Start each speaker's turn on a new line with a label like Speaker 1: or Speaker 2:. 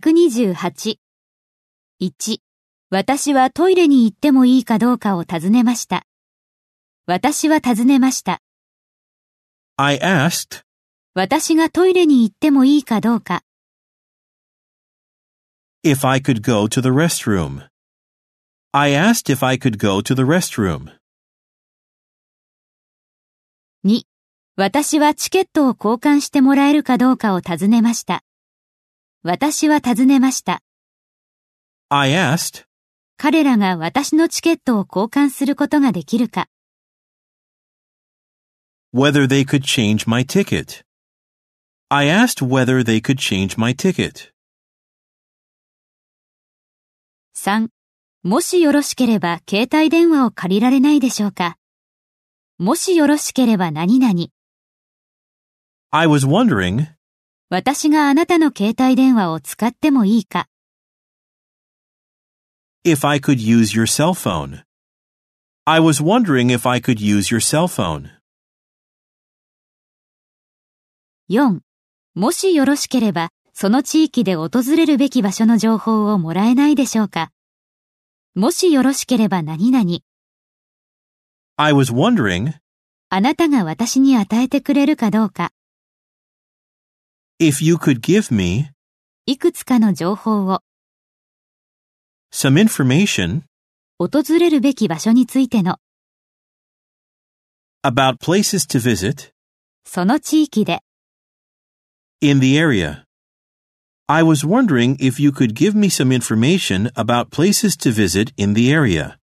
Speaker 1: 128。1、私はトイレに行ってもいいかどうかを尋ねました。私は尋ねました。
Speaker 2: I asked
Speaker 1: 私がトイレに行ってもいいかどうか。
Speaker 2: if I could go to the restroom. I asked if I could go to the restroom.
Speaker 1: 2、私はチケットを交換してもらえるかどうかを尋ねました。私は尋ねました。
Speaker 2: I asked
Speaker 1: 彼らが私のチケットを交換することができるか。
Speaker 2: whether they could change my ticket. I asked whether they could change my ticket.
Speaker 1: 3、もしよろしければ携帯電話を借りられないでしょうか。もしよろしければ何々。
Speaker 2: I was wondering
Speaker 1: 私があなたの携帯電話を使ってもいいか。
Speaker 2: if I could use your cell phone. I was wondering if I could use your cell phone.
Speaker 1: 4. もしよろしければ、その地域で訪れるべき場所の情報をもらえないでしょうか。もしよろしければ何々、
Speaker 2: I was wondering
Speaker 1: あなたが私に与えてくれるかどうか、
Speaker 2: if you could give me
Speaker 1: いくつかの情報を、
Speaker 2: some information
Speaker 1: 訪れるべき場所についての、
Speaker 2: about places to visit
Speaker 1: その地域で、
Speaker 2: in the area. I was wondering if you could give me some information about places to visit in the area.